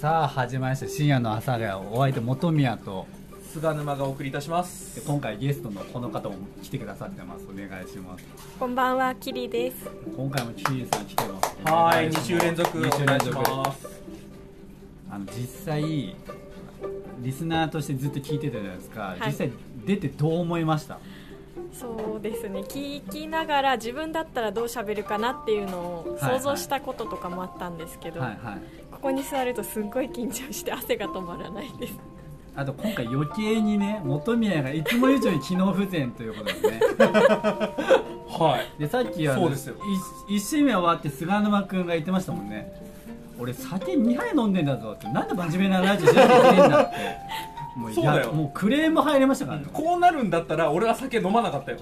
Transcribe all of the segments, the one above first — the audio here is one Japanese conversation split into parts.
さあ始まりました深夜の朝がお相手元宮と菅沼がお送りいたしますで今回ゲストのこの方も来てくださってますお願いしますこんばんは、キリです。今回もキリさん来てますねはいお願2し週ます連続お二週願連いし続ますあの実際リスナーとしてずっと聞いてたじゃないですか、い実際出てどう思いましたそうですね。聞きながら自分だったらどう喋るかなっていうのを想像したこととかもあったんですけど、はいはいここに座るとすっごい緊張して汗が止まらないです。あと今回余計にね元宮がいつも以上に機能不全ということですねはいでさっきあのそうですよい一周目終わって菅沼君が言ってましたもんね俺酒2杯飲んでんだぞってなんで真面目なラジオしなきゃいけねえんだ ってもそうだよいやもうクレーム入れましたからね、こうなるんだったら俺は酒飲まなかったよ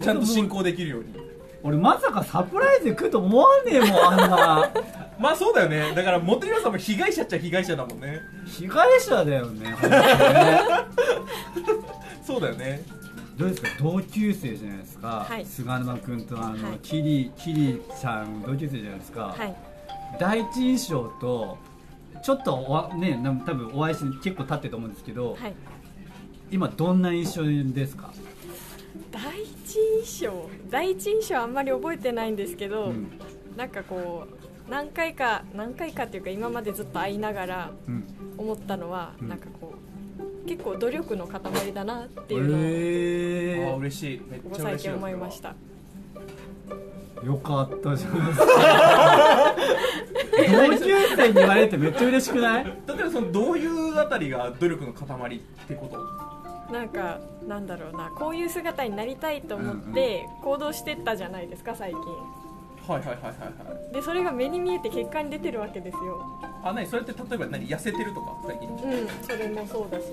ちゃんと進行できるように俺まさかサプライズで来ると思わねえもんあん なまあそうだよねだからモテリワさんも被害者っちゃ被害者だもんね被害者だよね本当にねそうだよねどうですか同級生じゃないですか、はい菅沼君とあの、はいキリキリさん同級生じゃないですか、はい。第一印象とちょっとおわねなん多分お会いして結構経ってると思うんですけど、はい。今どんな印象ですか、第一印象、第一印象あんまり覚えてないんですけど、うんなんかこう何回か何回かっていうか今までずっと会いながらうん、思ったのは、うんなんかこう結構努力の塊だなっていうのを、あえー嬉しいめっここちゃ最嬉しい近思いました。ー、よかったじゃないですか同級生に言われてめっちゃ嬉しくない例えばそのどういうあたりが努力の塊ってことなんかなんだろうなこういう姿になりたいと思って行動してったじゃないですか最近はいはいはいはいはいでそれが目に見えて結果に出てるわけですよあ何それって例えば何痩せてるとか最近うんそれもそうだし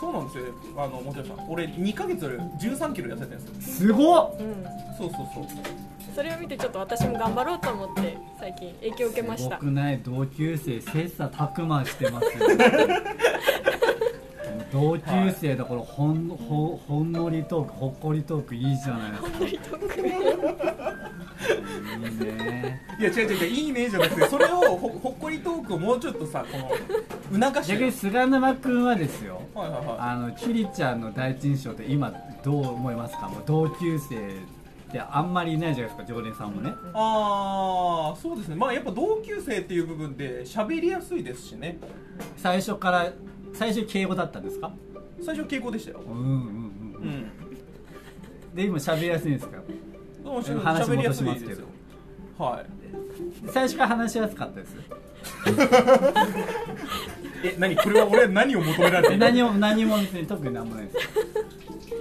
そうなんですよあのモテリワさん俺2ヶ月で1 3キロ痩せてるんですすよごっうんそうそうそうそれを見てちょっと私も頑張ろうと思って最近影響を受けましすごたくない同級生切磋琢磨してますよ同級生だからほんほほんのりトークほっこりトークいいじゃないですかいいねいや違う違う違ういいねじゃなくてそれをほほっこりトークをもうちょっとさこの促して逆に菅沼君はですよはいはいはあのキリちゃんの第一印象って今どう思いますかもう同級生ってあんまりいないじゃないですか常連さんもねいああそうですねまあやっぱ同級生っていう部分で喋りやすいですしね最初から最初敬語だったんですか最初敬語でしたようんうんううんんで今喋りやすいんですかどうもし話喋りやすい戻しますでけすどよはい最初から話しやすかったですえ何これは俺は何を求められてい る何も何も別に特に何もないです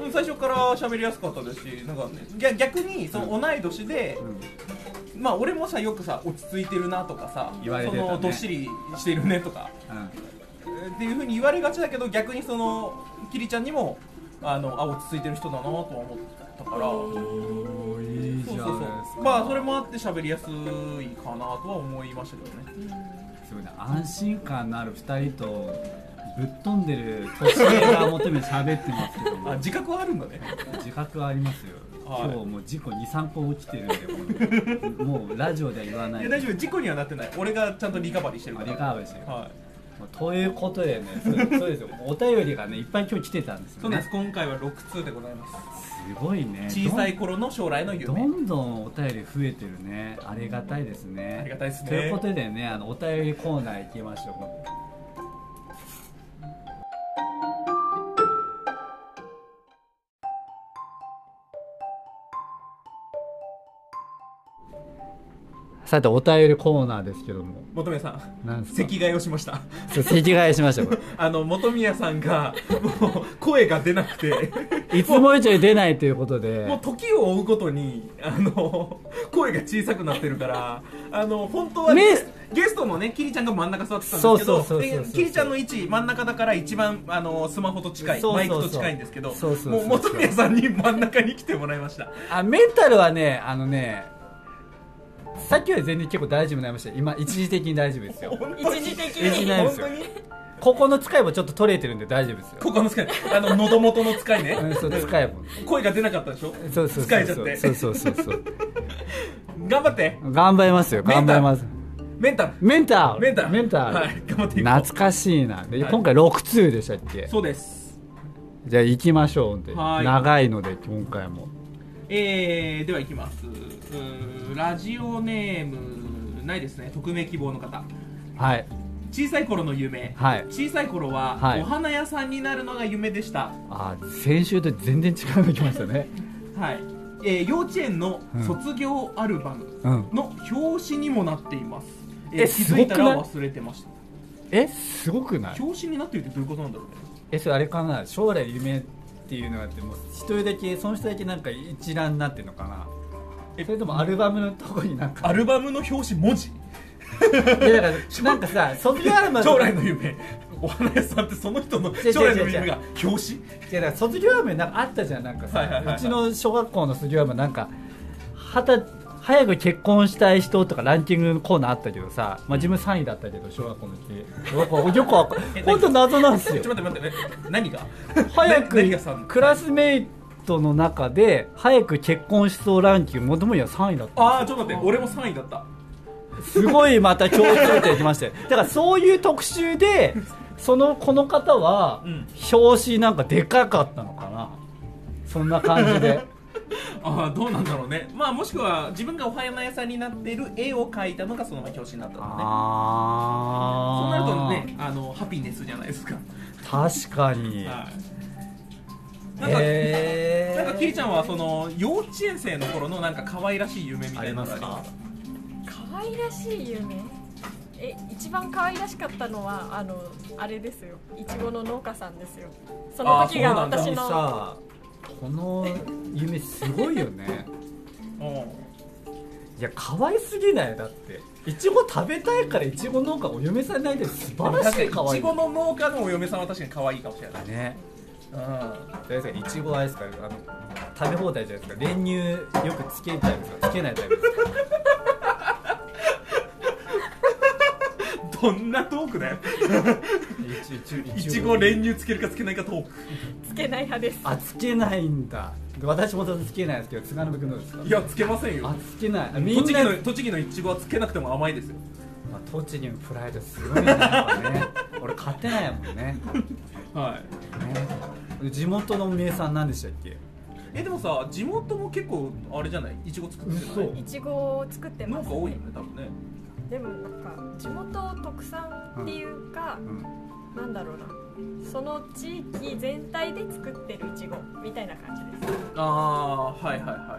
うん最初から喋りやすかったですしなんか、ね、逆逆にその同い年で、まあ俺もさよくさ落ち着いてるなとかさ言われてたねそのどっしりしてるねとかっていうふうに言われがちだけど逆にそのキリちゃんにもあのあ落ち着いてる人だなとは思ったからうん、おいいじそゃなうそういですそかうまあそれもあって喋りやすいかなとは思いましたけどねすごいね安心感のある2人とぶっ飛んでる年齢が求めて喋ってますけどあも自覚はあるんだね 自覚はありますよはい今日もう事故23個起きてるんでもう もうラジオでは言わないいや大丈夫事故にはなってない俺がちゃんとリカバリーしてるあかりらがとうございますはいもうということでねそうそうですよお便りがねいっぱい今日来てたんですそようなんねです今回は6通でございますすごいね小さい頃の将来のど夢んどんお便り増えてるねありがたいですねありがたいですねということでねあのお便りコーナー行きましょうさてお便りコーナーですけども求めさんなんですか 席替えをしましたそう席替えしま したこあの本宮さんがもう声が出なくてれいつも以上に出ないということでもう時を追うごとにあの 声が小さくなってるからあの本当はねゲスゲストのねキリちゃんが真ん中座ってたんですけどそうそうそうそうそうでキリちゃんの位置真ん中だから一番あのスマホと近いそうそうそうマイクと近いんですけどそうそうそうもう元宮さんに真ん中に来てもらいましたあメンタルはねあのねさっきより全然結構大丈夫になりました今一時的に大丈夫ですよ一時的一時的 にないですよ本当にここの使いもちょっと取れてるんで大丈夫ですよ。ここの使いあの喉元の使いねうん、そう使いも。声が出なかったでしょそうそうそうそう。疲れちゃってそうそうそうそう。頑張って頑張りますよ。頑張ります。メンタルメンタルメンタルメンタル、はい頑張っていこう懐かしいなで、はい今回6通でしたっけそうですじゃあ行きましょうではい長いので今回もえー、ではいきますうーラジオネームないですね匿名希望の方はい小さい頃の夢はい小さい頃は、はいお花屋さんになるのが夢でしたあー先週と全然違うのきましたねはい、えー幼稚園の卒業アルバムうんの表紙にもなっています、ええー気づいたらすご忘れてましたえすごくない表紙になってるってどういうことなんだろうねえそれあれかな将来夢っていうのがあってもう一人だけその人だけなんか一覧になってるのかなえそれともアルバムのとこに なんかアルバムの表紙文字いやだからなんかさ卒業アルバム将来の夢お花屋さんってその人の違う違う将来の夢が表紙いやだから卒業アルバムなんかあったじゃんなんかさ、はいはいはいはいうちの小学校の卒業アルバムなんかはた早く結婚したい人とかランキングのコーナーあったけどさ、まあ、自分3位だったけど小学校の時よくよくわかえ本当謎なんですちょよっと待って待って何が早な何がさくクラスメイトの中で早く結婚しそうランキングもともいや3位だったああちょっと待って俺も3位だったすごいまた共通点きましたよだからそういう特集でそのこの方はうん表紙なんかでかかったのかなそんな感じ でああどうなんだろうねまあもしくは自分がお花屋さんになってる絵を描いたのがそのまま表紙になったのねそうなるとあねあのハピネスじゃないですかあ確かにはいなんか、へなんかキリちゃんはその幼稚園生の頃のなんか可愛らしい夢みたいなのがありますか可愛らしい夢え一番可愛らしかったのはあのあれですよいちごの農家さんですよその時あそうがなんだ私にのさこの夢すごいよねいや可愛すぎないだっていちご食べたいからいちご農家お嫁さんになりたい素うん晴らしい確か可に愛いちいごの農家のお嫁さんは確かに可愛いかもしれない、ねうん、大輔さんいちごはあれですかあの食べ放題じゃないですか練乳よくつけたいですかつけないタイプですかどんなトークだよいちご練乳つけるかつけないかトークつけない派ですあつけないんだ私もつけないですけど菅野君どうですかいやつけませんよあつけないあみ栃ん木な、の栃木のいちごはつけなくても甘いですよまあ、栃木のプライドすごいねやっぱね 俺勝てないもんねねはい地元の名産なんでしたっけえでもさ地元も結構あれじゃないいちご作ってない嘘いちごを作って農ま家す、多いよねね、多分ねでもなんか地元特産っていうか、なんだろうなその地域全体で作ってるいちごみたいな感じですああはいはいはいはいは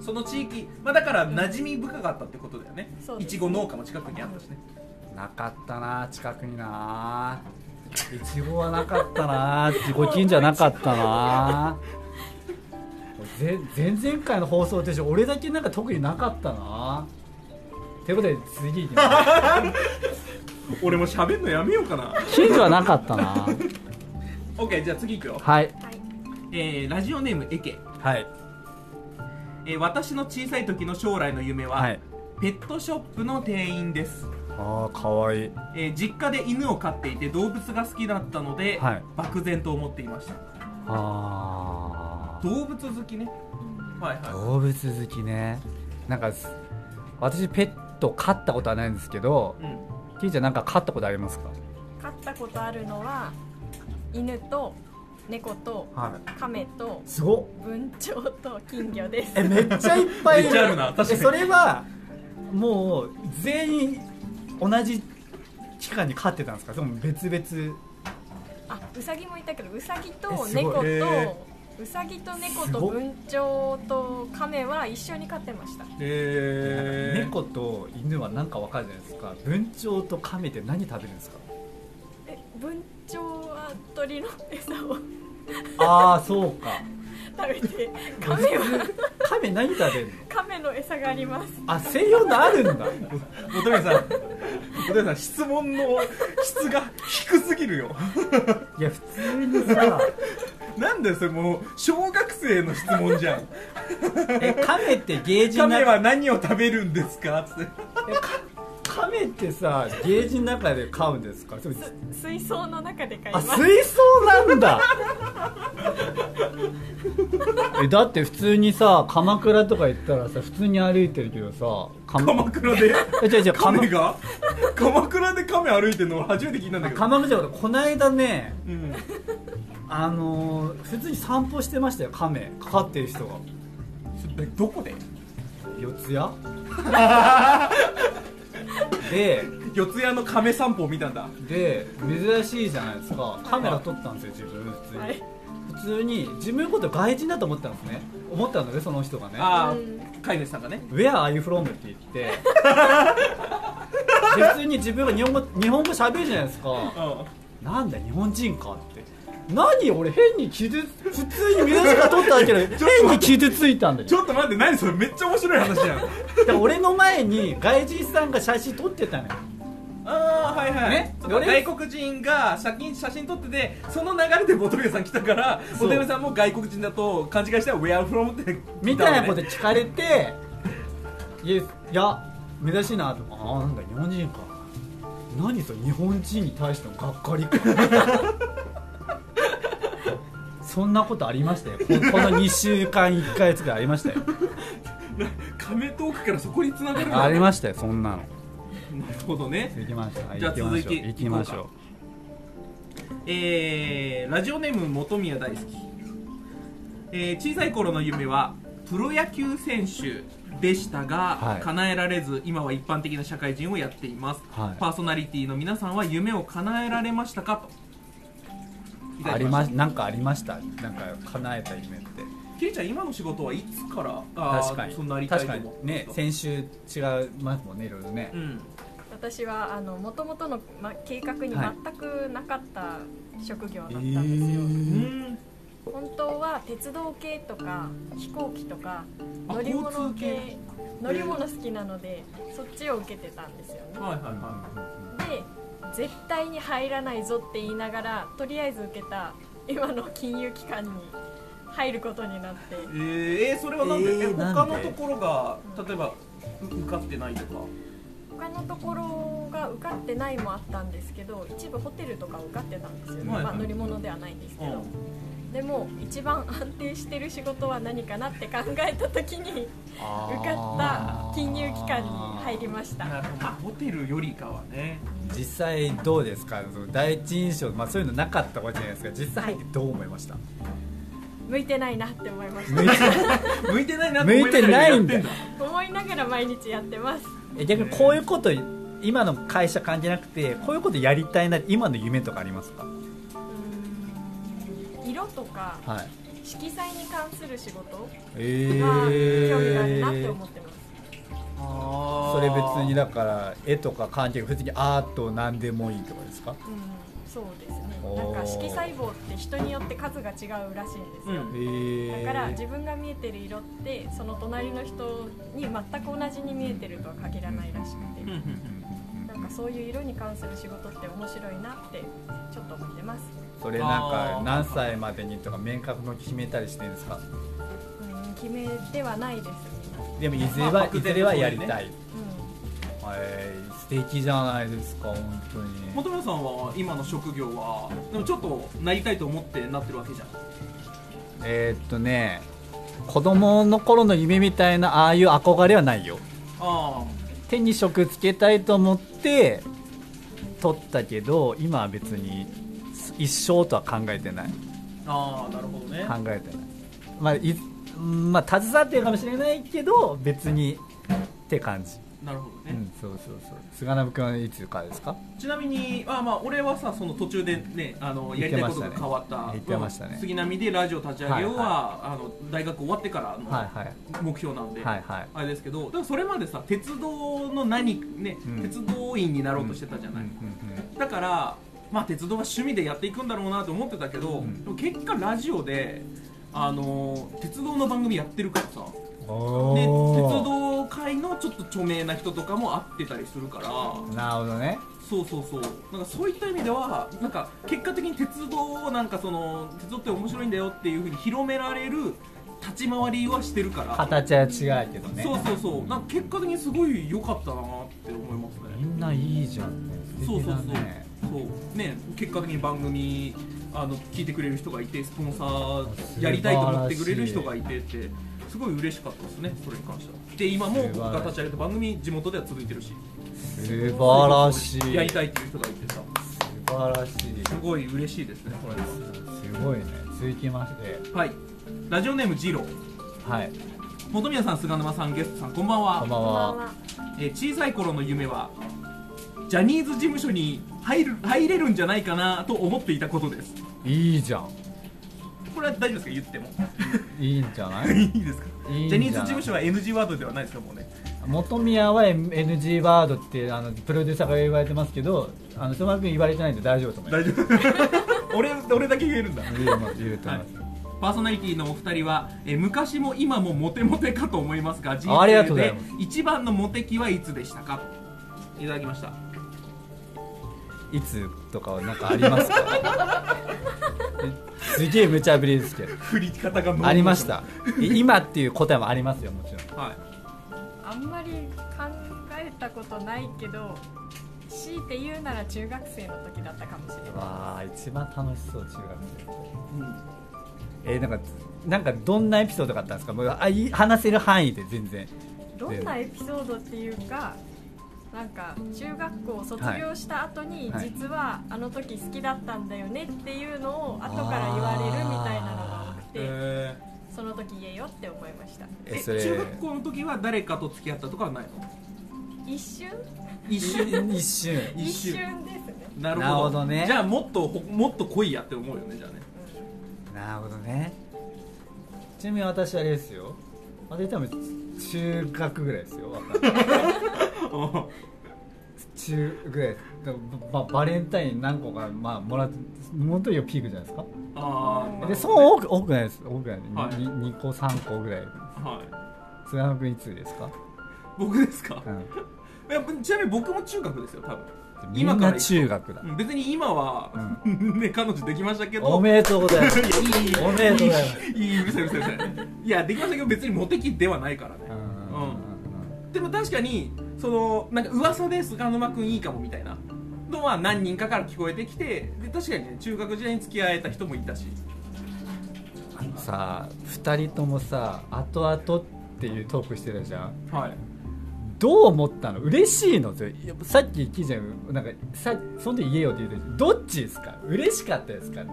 いその地域まあだから馴染み深かったってことだよねそうでいすちご農家も近くにあったしねなかったな近くにないちごはなかったなご近所なかったなぜ前々回の放送でしょ俺だけなんか特になかったなということで次いきま俺も喋んのやめようかなす近所はなかったな OK じゃあ次いくよ、はいはいえー、ラジオネームエケ、はいえー、私の小さい時の将来の夢は、はいペットショップの店員です、ああかわいいえー、実家で犬を飼っていて動物が好きだったので、はい漠然と思っていましたあ動物好きねはいあは動物好きねなんかす私ペット飼ったことはないんですけどい、うん、キイちゃんなんか飼ったことありますか飼ったことあるのは犬と猫とはい亀とすごっ文鳥と金魚ですえめっちゃいっぱいいめっちゃあるな確かにえそれはもう全員同じ期間に飼ってたんですかでも別々あウサギもいたけどウサギとえす猫ごといウサギと猫すとごっ文鳥と亀は一緒に飼ってましたえー、猫と犬はなんかわかるじゃないですか文鳥と亀って何食べるんですかえ文鳥は鳥の餌をああそうか食 べて亀は亀何食べるの亀の餌がありますあ専用のあるんだ乙女さん乙女さん質問の質が低すぎるよいや普通にさなんだよそれもう小学生の質問じゃんえ亀って芸人な亀は何を食べるんですかつってえか亀ってさゲージの中で飼うんですかそれす水槽の中で買いあます水槽なん だえだって普通にさ鎌倉とか行ったらさ普通に歩いてるけどさ鎌鎌倉でえ違う違う鎌亀が鎌倉で亀歩いてるの俺初めて聞いたんだけど、鎌倉じゃなくてこの間ねうん、あのー普通に散歩してましたよ亀かかってる人がそれどこで四 谷で四谷の亀散歩を見たんだで珍しいじゃないですかカメラ撮ったんですよ自分普通に、はい普通に自分のこと外人だと思ってたんですね思ったのでその人がねああ、うん飼い主さんがね「Where are you from?」って言って で普通に自分が日本語日本語喋るじゃないですかうなんだ日本人かって何俺変に傷つ普通に身のが撮っただけで変に傷ついたんだんよちょっと待って何それめっちゃ面白い話じゃんだから俺の前に外人さんが写真撮ってたのよああはいはい、ねそっか俺外国人が写真写真撮っててその流れでボトル屋さん来たからそうボトル屋さんも外国人だと勘違いしたら「Where are you from?」って来たのねみたいなこと聞かれていやいや珍しいなと思ってあーなんだ日本人か何それ日本人に対してのがっかり かそんなことありましたよここの2週間1ヶ月ぐらいありましたよな亀トークからそこに繋がるのありましたよそんなのなるほどね行きましょうじゃあ行きましょ続ういて行きましょうえー、ラジオネーム元宮大好き、えー、小さい頃の夢はプロ野球選手でしたが、はい叶えられず今は一般的な社会人をやっています、はいパーソナリティの皆さんは夢を叶えられましたかといただあきりましなんかありましたなんか叶えた夢ってたキリちゃん今の仕事はいつからあー確かそうなりにたい確かと思っにね先週違いますもんねいろいろねうん私はあの元々の、ま、計画にはい全くなかった職業だっえたんですよ、うーん本当は鉄道系とか飛行機とかあ乗り物系交通系乗り物好きなのでそっちを受けてたんですよねはいはいはで絶対に入らないぞって言いながらとりあえず受けた今の金融機関に入ることになっていえー、えーそれはなんで,、えーえなんで他のところが例えばう受かってないとか他のところが受かってないもあったんですけど一部ホテルとか受かってたんですよね、はいまあ、乗り物ではないんですけど、うでも一番安定してる仕事は何かなって考えた時にあー受かった金融機関に入りましんなたるほどまあホテルよりかはね実際どうですかその第一印象、まあ、そういうのなかったわけじゃないですか実際入ってどう思いました、向いてないなって思いまし向いて向いてないなと向思いていながらなやいっんだてんだよた思いながら毎日やってますえ逆にこういうこと今の会社関係なくてこういうことやりたいな今の夢とかありますかうーん色とかはい色彩に関する仕事えが興味があるなって思ってます、そそれ別にだから絵とか関係普通にアート何でもいいとかですかうん、そうですおねーなんか色細胞って人によって数が違うらしいんですよ、うんえー、だから自分が見えてる色ってその隣の人に全く同じに見えてるとは限らないらしくうんうて、んなんかそういう色に関する仕事って面白いなってちょっと思ってます、それなんあかー何歳までにとか明確の決めたりしてるんですかうん、決めてはないですでもいずれまはあいずれはやりたい、みんな、えー素敵じゃないですか本当に本村さんは今の職業はでもちょっとなりたいと思ってなってるわけじゃんえーっとね子供の頃の夢みたいなああいう憧れはないよあ手に職つけたいと思って取ったけど今は別に一生とは考えてないーあーなるほどね、考えてないまあいうんまあ携わってるかもしれないけど別にって感じ、なるほどうね、ん、そうそうそう菅波君はいつからですかちなみにあーまあ俺はさその途中でねあのやりたいことが変わった言ってましたねうん杉並でラジオ立ち上げようは、あの大学終わってからはいはいの目標なんで、はいはいあれですけどでもそれまでさ鉄道の何ね、うん鉄道員になろうとしてたじゃない、だから、まあ、鉄道は趣味でやっていくんだろうなと思ってたけど、うんでも結果ラジオで、あのー鉄道の番組やってるからさで鉄おお道界のちょっと著名な人とかも会ってたりするからなるほどねそうそうそうなんかそういった意味ではなんか結果的に鉄道をなんかその鉄道って面白いんだよっていうふうに広められる立ち回りはしてるから、形は違うけどねそうそうそうなんか結果的にすごい良かったなって思いますみねんないいじゃんね素そう敵そうだそうねそうね結果的に番組あの聞いてくれる人がいてスポンサーやりたいと思ってくれる人がいてってすごい嬉しかったですねそれに関してはで今も僕が立ち上げた番組地元では続いてるし素晴らしいやりたいっていう人がいてさ素晴らしいすごい嬉しいですねこれはすごいね続きましてはいラジオネームジローはい本宮さん菅沼さんゲストさんこんばんはこんばんこんばんははえー小さい頃の夢はジャニーズ事務所に入る入れるんじゃないかなと思っていたことですいいじゃんこれは大丈夫ですか言ってもいいんじゃないいいですかいいん ジじゃなャいニーズ事務所は NG ワードではないですかもうね元宮は NG ワードってあのプロデューサーから言われてますけどあのその君言われてないんで大丈夫と思います大丈夫 俺俺だけ言えるんだ言う言うと思いますパーソナリティのお二人は、えー昔も今もモテモテかと思いますが人ありがと生うございでます一番のモテ期はいつでしたかいただきましたいつとかはなんかありますか すげえ無茶ぶりですけど振り方がありましたい今っていう答えもありますよもちろんはいあんまり考えたことないけど強いて言うなら中学生の時だったかもしれないわあ一番楽しそう中学うん生えー、なんかなんかどんなエピソードがあったんですかもうあい話せる範囲で全然どんなエピソードっていうかなんか中学校を卒業した後に、はいはい実はあの時好きだったんだよねっていうのを後から言われるみたいなのが多くて、えその時言えよって思いましたーえ中学校の時は誰かと付き合ったとかはないの一瞬一瞬一瞬一一瞬瞬ですね、なる ほどなるほどねじゃあもっとほもっと濃いやって思うよねじゃあ ねなるほどねちなみに私あれですよ私多分中学ぐらいですよわかんない中ぐらいですでもままバレンタイン何個か、まあ、もらってもっとよピークじゃないですかああでそう多く多くないです多くない、はいにに2個3個ぐらいは津山君いつですか、い僕ですかう、ん、いやちなみに僕も中学ですよ多分みん今からな行く中学だうん別に今は、 ね彼女できましたけどおめでとうございます いやいいいいおめでとうございますいいうるさいうるさいうるさいいやできましたけど別にモテ期ではないからねうんうんうんうんでも確かにそのなんか噂で菅沼君いいかもみたいなのは何人かから聞こえてきてで確かにね中学時代に付き合えた人もいたしあのさ2人ともさ後々っていうトークしてたじゃんはいどう思ったの嬉しいのっていやさっき聞いちゃうなんかさその時言えよって言ってたけどどっちですか嬉しかったですかいい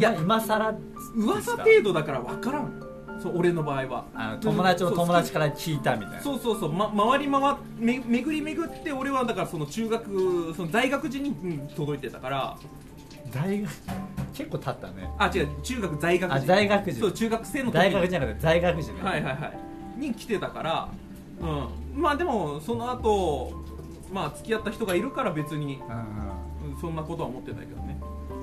やや今さら噂程度だから分からんそう俺の場合はあの友達の友達から聞いたみたいなそうそうそう、ま、回り回っめ巡り巡って俺はだからその中学その在学時に、うん届いてたから大学結構経ったねあ違う中学在学時あ在学時そう中学生の時に大学じゃなくて在学時ね、はいはいはいに来てたからうんまあでもその後まあ付き合った人がいるから別にうんうんそんなことは思ってないけどね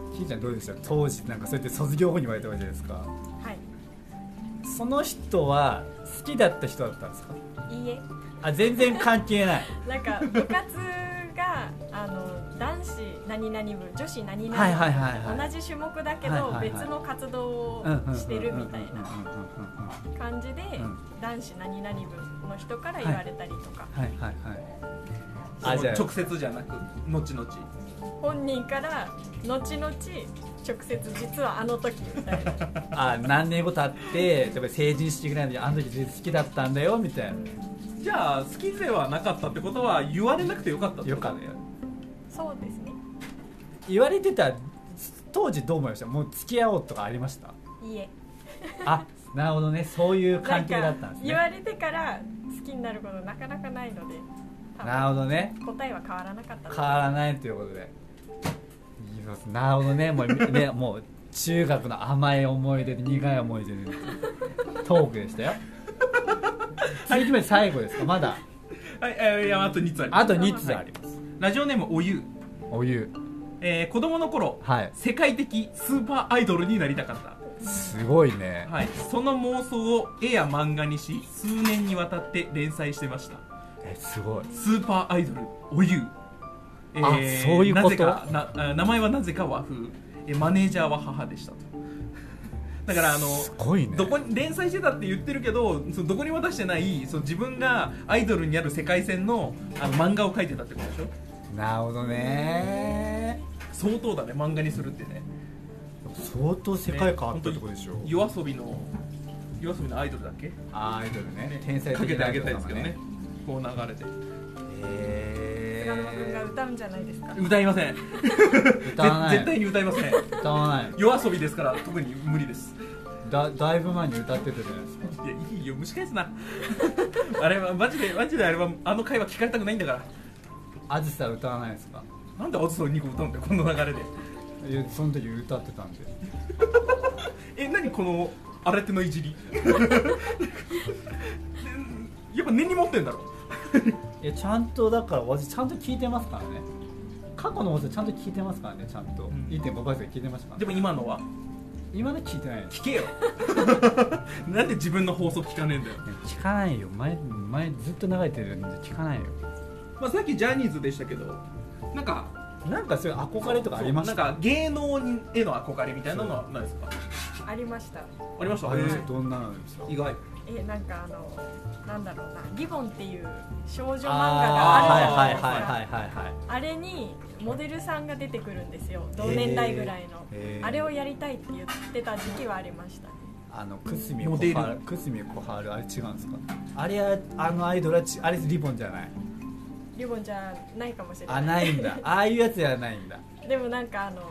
うん、ひーちゃんどうでした当時なんかそうやって卒業後に言われたわけじゃないですかはいその人は好きだった人だったんですかいいえあ全然関係ないなんか部活が あの男子何々部女子何々部、はいはいはいはい同じ種目だけはいどはいはい別の活動をしてるみたいな感じでうん男子何々部の人から言われたりとかはいはいはいあじゃあその直接じゃなく後々本人から後々直接実はあの時みたいな あ何年後経って例えば成人式ぐらいの時あの時実は好きだったんだよみたいなじゃあ好きではなかったってことは言われなくてよかったってよこかとったよそうですね言われてた当時どう思いましたもう付き合おうとかありましたいいえあなるほどねそういう関係だったんですなんねか言われてから好きになることなかなかないので多分なるほどね答えは変わらなかった変わらないということでいいですなるほどねもう ねもう中学の甘い思い出で苦い思い出でトークで したよ続きまして最後ですかまだはいえーいやあと2つありますあと2つありますラジオネームおゆう、お湯えー、子供の頃はい世界的スーパーアイドルになりたかったすごいねはい、その妄想を絵や漫画にし数年にわたって連載してましたえすごいスーパーアイドルおゆう、あそういうことなぜかなあ名前はなぜか和風えマネージャーは母でしたと だからあのすごいねどこに連載してたって言ってるけどそのどこにも出してないその自分がアイドルにある世界線のあの漫画を描いてたってことでしょなるほどね相当だね漫画にするってね相当世界観あったとこでしょ、夜遊びの夜遊びのアイドルだっけ、アイドルねね、天才的かけてなアあイげドたルいでだもすけんどねねこう流れてえ菅野君が歌うんじゃないですか歌いません歌わないぜ絶対に歌いませんー、歌わないの夜遊びですから特に無理ですだだいぶ前に歌ってたじゃないですかいやいいよ蒸し返すな あれはマジでマジであれはあの会話聞かれたくないんだからあずさ歌わないですかなんであずさ2個歌うんだよこの流れでいやその時歌ってたんでえ何この荒手のいじり やっぱ根に持ってんだろいやちゃんとだから私ちゃんと聞いてますからね過去の放送ちゃんと聞いてますからねちゃんと、ん1.5倍速で聞いてましたから、でね、も今のは今の聞いてないです聞けよ なんで自分の放送聞かねえんだよ、聞かないよ前前ずっと流れてるんで聞かないよまあ、さっきジャニーズでしたけどなんかなんかそういう憧れとかありましなんたか芸能にへの憧れみたいなのはないですかありましたありましたありましへたどんなのですかえ意外えなんかあのなんだろうな「リボン」っていう少女漫画があるじゃなあーいですかはいはいはいはいはいはいあれにモデルさんが出てくるんですよ同年代ぐらいの、へーあれをやりたいって言ってた時期はありましたねあの久住モ小デル春久住小春あれ違うんですかあれはあのアイドルはちあれリボンじゃないリボンじゃないかもしれなあいないんだああいうやつじゃないんだでもなんかあの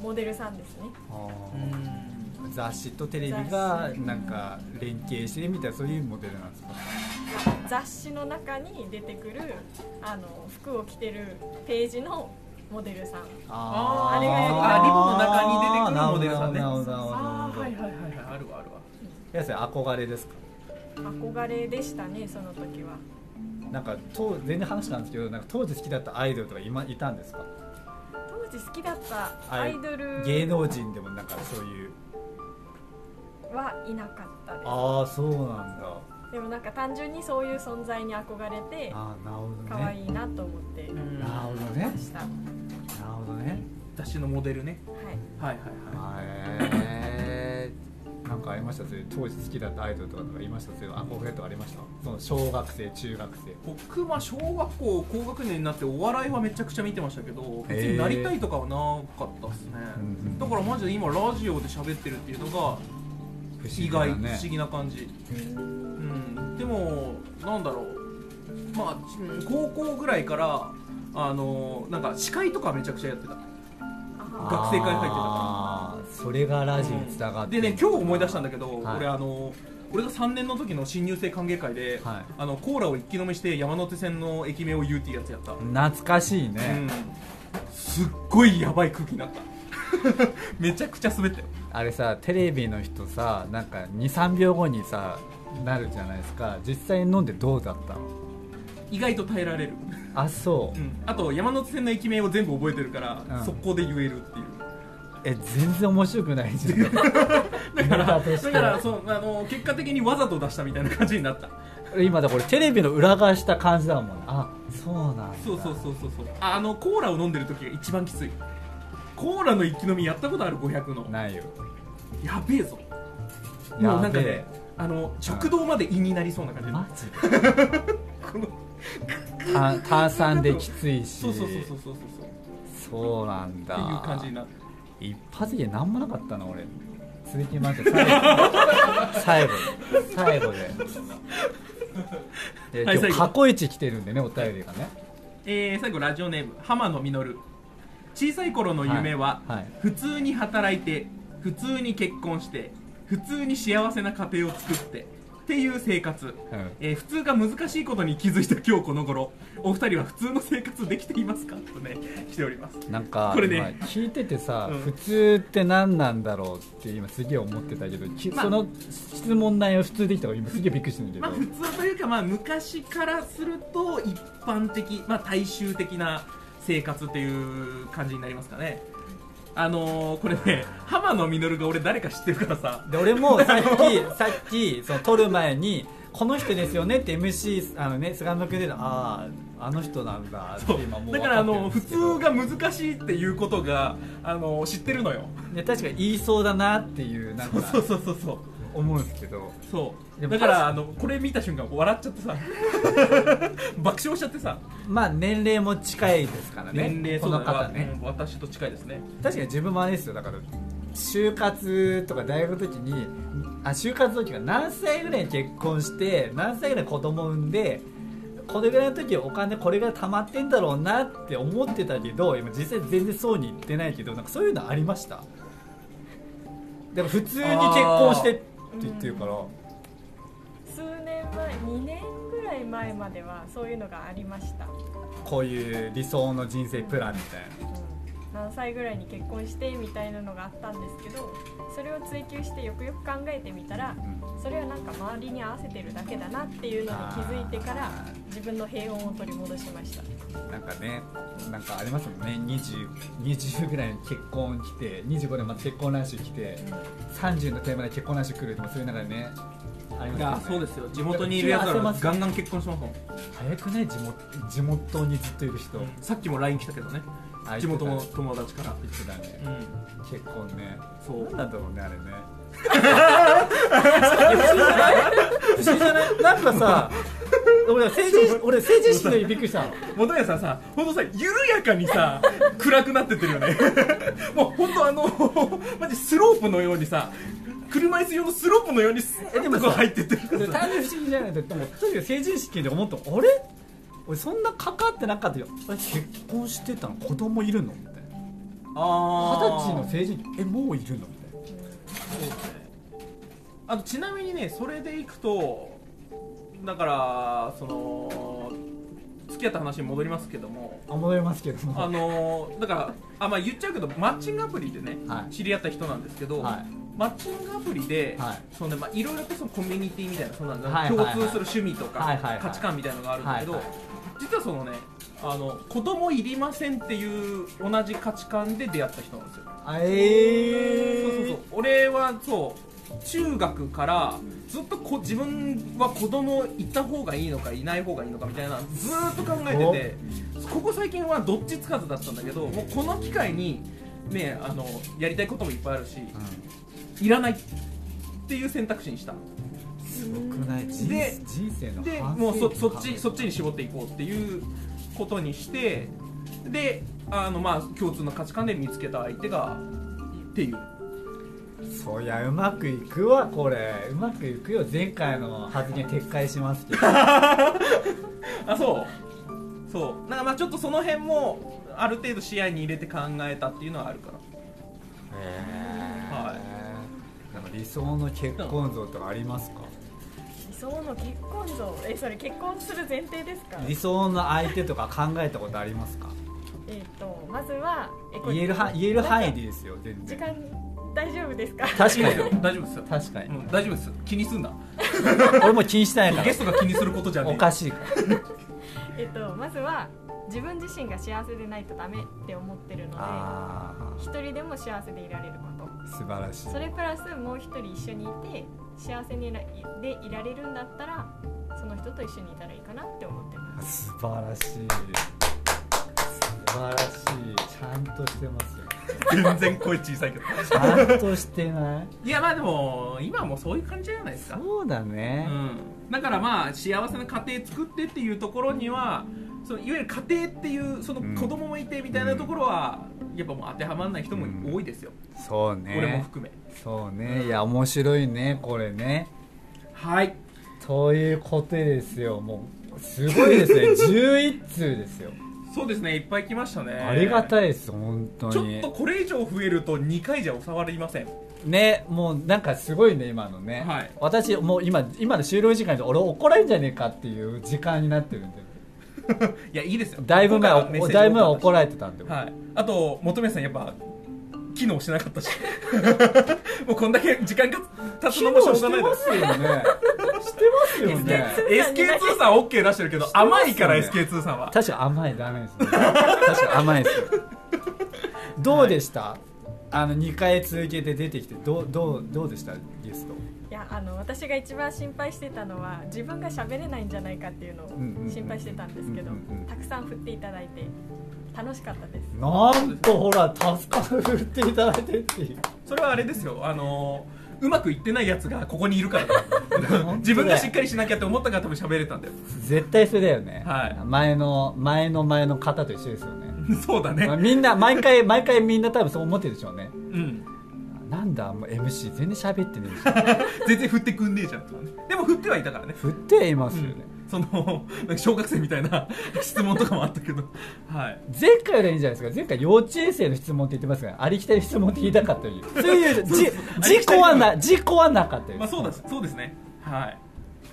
モデルさんですねあーうん雑誌とテレビがなんか連携してみたいなそういうモデルなんですか雑誌の中に出てくるあの服を着てるページのモデルさんあーあれがやりたいあリボンの中に出てくるモデルさんねなるほどなるほどなるほどはいはいはいあるわあるわやつは憧れですか憧れでしたねその時はなんか当全然話なんですけどなんか当時好きだったアイドルとか今いたんですか当時好きだったアイドル芸能人でもなんかそういうはいなかったでああそうなんだすでもなんか単純にそういう存在に憧れてああなるほど可ね愛いなと思ってなるほどねました、はなるほどね雑誌のモデルねいはいはいはへえなんかありましたそういう当時好きだったアイドルとかなんかいましたそういう憧れとかありましたその小学生中学生い僕は小学校高学年になってお笑いはめちゃくちゃ見てましたけど別へにえなりたいとかはなかったですねうんうんだからマジで今ラジオで喋ってるっていうのが不思意議だ外不ね思議な感じうんでもなんだろうまあうん高校ぐらいからあのなんか司会とかめちゃくちゃやってたあ学生会入ってたからあーそれがラジにつながってでね今日思い出したんだけど、はい俺あの俺が3年の時の新入生歓迎会で、はいあのコーラを一気飲みして山手線の駅名を言うっていうやつやった、うん懐かしいね、すっごいやばい空気になった めちゃくちゃ滑ったよあれさテレビの人さなんか23秒後にさなるじゃないですか実際に飲んでどうだったの意外と耐えられる、あそう、うん、あと山手線の駅名を全部覚えてるから、うん速攻で言えるっていうえ全然面白くない じゃんだからネタとしてだからそうあの結果的にわざと出したみたいな感じになった今だこれテレビの裏返した感じだもんねあそうなんだそうそうそうそうそうあのコーラを飲んでる時が一番きついコーラの一気飲みやったことある500のないよやべえぞやべえもうなんかねあの食堂まで胃になりそうな感じ、マジこの炭炭酸できついしそうそうそうそうそうそうそうそうなんだっていう感じになる一発芸なんもなかったな俺続きまして最後最後で最後でではい今最日後過去一来てるんでねお便りがねえー、最後ラジオネーム浜野実小さい頃の夢は、はいはい普通に働いて普通に結婚して普通に幸せな家庭を作ってっていう生う活、んえー普通が難しいことに気づいた今日この頃お二人は普通の生活できていますかとね来ておりますなんかこれね今聞いててさ、うん普通って何なんだろうって今すげえ思ってたけど、きまあその質問内容普通できたから今すげえびっくりしてるんまだあけ普ど、通というかまあ昔からすると一般的まあ大衆的な生活という感じになりますかねあのー、これね浜野実が俺誰か知ってるからさ で俺もさっきさっきその撮る前にこの人ですよねって MC あのね菅野君であああの人なんだってそう今もうだからあ分のってる普んですけど通が難しいっていうことがあの知ってるのよいや確かに言いそうだなっていうなんそうかそうそうそう思うんですけどそうでもだからあのこれ見た瞬間笑っちゃって さ爆笑しちゃってさ、まあ年齢も近いですからね年齢こそうだの方ねねうん私と近いですね確かに自分もあれですよだから就活とか大学の時にあ就活の時が何歳ぐらいに結婚して何歳ぐらい子供産んでこれぐらいの時お金これぐらい貯まってんだろうなって思ってたけど今実際全然そうにいってないけどなんかそういうのありましたでも普通に結婚してって言ってるから数年前2年ぐらい前まではそういうのがありました、うんこういう理想の人生プランみたいな何歳ぐらいに結婚してみたいなのがあったんですけどそれを追求してよくよく考えてみたらそれはなんか周りに合わせてるだけだなっていうのに気づいてからあー自分の平穏を取り戻しましたなんかね、なんかありますもんね、20, 20ぐらいに結婚来て、25年また結婚ラッシュ来て、30のテーマで結婚ラッシュ来るとか、そういう中でね、ありあますそようでね。すよ地元にいるやつらガンガン結婚しますもん早くね、地元地元にずっといる人、さっきも LINE 来たけどねあ地元の友達から、言ってたね、結婚ね、そそううなんだろうね、あれね。不思議じゃないなんか さ、俺、成人俺成人式の時びっくりしたの。元谷さんさ本当さ緩やかに さ暗くなってってるよね もう本当あのマジスロープのようにさ車椅子用のスロープのようにスーえでもッとさこう入ってってるで単純に不思議じゃないと思ってとにかく成人式で思ったのあれ俺そんなかかってなかったよあれ結婚してたの子供いるのみたいなあ二十歳の成人式えもういるのみたいなあとちなみにねそれでいくとだからその付き合った話に戻りますけどもあ戻りますけどもあのだからあまあ言っちゃうけどマッチングアプリでね、はい知り合った人なんですけど、はマッチングアプリで、はいいそのねまあ、いろいろとそのコミュニティみたいなそんななんかはいはい共はい通する趣味とか、はいはいはい価値観みたいなのがあるんだけど、はいはい実はそのねあの子供いりませんっていう同じ価値観で出会った人なんですよ。あそうそうえそうー、俺はそう中学からずっとこ自分は子供いた方がいいのかいない方がいいのかみたいなのずーっと考えててここ最近はどっちつかずだったんだけどもうこの機会にねあのやりたいこともいっぱいあるしいらないっていう選択肢にしたうんすごくない人で人生ので半世紀もうそそっ考ちえそっちに絞っていこうっていうことにしてであのまあ共通の価値観で見つけた相手がっていうそりゃうまくいくわこれうまくいくよ前回の発言撤回します けどあそうそうなんかまあちょっとその辺もある程度視野に入れて考えたっていうのはあるかはいなんか理想の結婚像とかありますか理想の結婚像えそれ結婚する前提ですか理想の相手とか考えたことありますかえっ、とまずはえこれ言えるは言える範囲でいいですよ全時然間大丈夫ですか確らかに大丈夫ですよ、確かうにん、大丈夫です気にすんな俺も気にしてないかゲストが気にすることじゃらねえおかしいからえっとまずは自分自身が幸せでないとダメって思ってるのあで一人でも幸せでいられるこー素晴らしいとそれプラスもう一人一緒にいて幸せになでいられるんだったらその人と一緒にいたらいいかなって思ってます素晴らしい素晴らしいちゃんとしてますよ全然声小さいけどちゃんとしてないいやまあでも今はもう そういう感じじゃないですかそうだね、うん、だからまあ幸せな家庭作ってっていうところにはそのいわゆる家庭っていうそのうん子供もいてみたいなところは、やっぱもう当てはまらない人も多いですよ、そうね俺も含めそうねいや面白いねこれねはいということですよもうすごいですね 11通ですよそうですねいっぱい来ましたねありがたいです本当にちょっとこれ以上増えると2回じゃ収まりませんねもうなんかすごいね今のね、はい私もう今今の終了時間で俺怒られんじゃねえかっていう時間になってるんでいやいいですよだいぶ前ここからメッセージだいぶ前怒られてたんで、はいあと求めさんやっぱ機能しな かったしもうこんだけ時間が経つ機のも能しょうしてがないまですよねし てますよね SK2 さん OK 出してるけどてますよね甘いから SK2 さんは確か甘いダメですね確か甘いですよどうでした、あの2回続けて出てきてどうどうどうでしたゲストいやあの私が一番心配してたのは自分が喋れないんじゃないかっていうのを心配してたんですけどうんうんうんたくさん振っていただいて楽しかったですなんとほら助かる振っていただいてっていうそれはあれですよあのうまくいってないやつがここにいるからだ自分がしっかりしなきゃって思ったから多分喋れたんだよ 絶対それだよね、はい前の前の前の方と一緒ですよねそうだねまあみんな毎回毎回みんな多分そう思ってるでしょうねうんなんだもう MC 全然喋ってねえじゃん全然振ってくんねえじゃんとかねでも振ってはいたからね振っていますよね、そのなんか小学生みたいな 質問とかもあったけどはい前回よりはいいんじゃないですか前回幼稚園生の質問って言ってますからありきたり質問って言いたかった というそういうじ事故はな事故はなかったです、まあそうだそうですねはい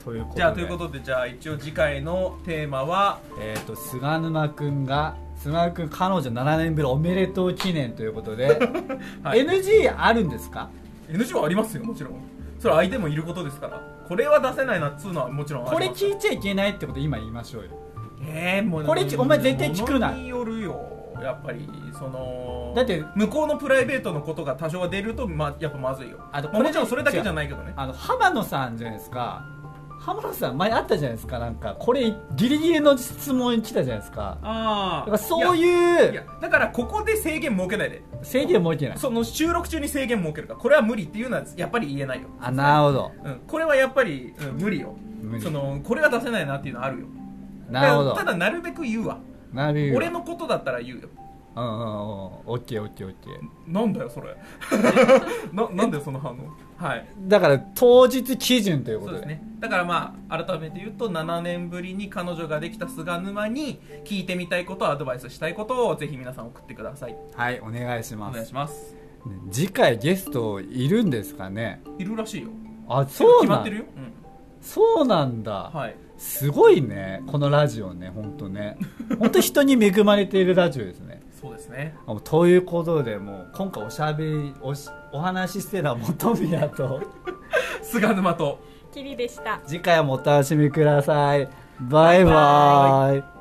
ということでじゃあということでじゃあ一応次回のテーマはえっ、と菅沼君が菅沼君彼女7年ぶりおめでとう記念ということで、 はい NG あるんですか NG もありますよもちろんそれは相手もいることですからこれは出せないなっつうのはもちろんありこれます聞いちゃいけないってこと今言いましょうよえー、もうこれお前絶対聞くなものによるよやっぱりそのだって向こうのプライベートのことが多少は出ると、ま、やっぱまずいよあとまあこれもちろんそれだけじゃないけどねあの浜野さんじゃないですか浜野さん前あったじゃないですかなんかこれギリギリの質問に来たじゃないですかあやっぱそうういやいうやだからここで制限設けないで制限設けないその収録中に制限設けるからこれは無理っていうのはやっぱり言えないよ、あなるほどうん、これはやっぱり、うん無理よ無理そのこれは出せないなっていうのはあるよなるほどただなるべく言うわなるべく俺のことだったら言うようんうんうんオッケーオッケーオッケーなんだよそれ ななんだよその反応はいだから当日基準というこそうとでですねだからまあ改めて言うと7年ぶりに彼女ができた菅沼に聞いてみたいことアドバイスしたいことをぜひ皆さん送ってくださいはいお願いしおま願いすします次回ゲストいるんですかねいるらしいよあそう決まなってるんよ、そうなんだ、うん、はいすごいねこのラジオね本当ね本当人に恵まれているラジオですねそうですねあもうということでもう今回おしゃべりおしお話ししてた本宮と菅沼とキリでした次回もお楽しみくださいバイバイ